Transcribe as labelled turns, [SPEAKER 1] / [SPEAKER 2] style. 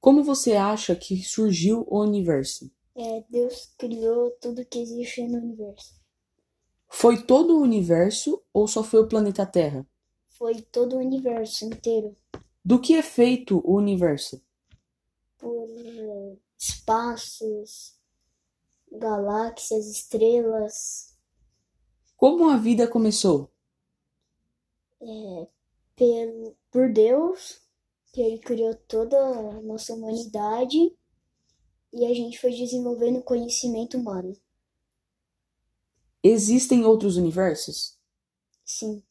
[SPEAKER 1] Como você acha que surgiu o universo?
[SPEAKER 2] É, Deus criou tudo que existe no universo.
[SPEAKER 1] Foi todo o universo ou só foi o planeta Terra?
[SPEAKER 2] Foi todo o universo inteiro.
[SPEAKER 1] Do que é feito o universo?
[SPEAKER 2] Por é, espaços, galáxias, estrelas.
[SPEAKER 1] Como a vida começou?
[SPEAKER 2] É, pelo, por Deus, que ele criou toda a nossa humanidade e a gente foi desenvolvendo conhecimento humano.
[SPEAKER 1] Existem outros universos?
[SPEAKER 2] Sim,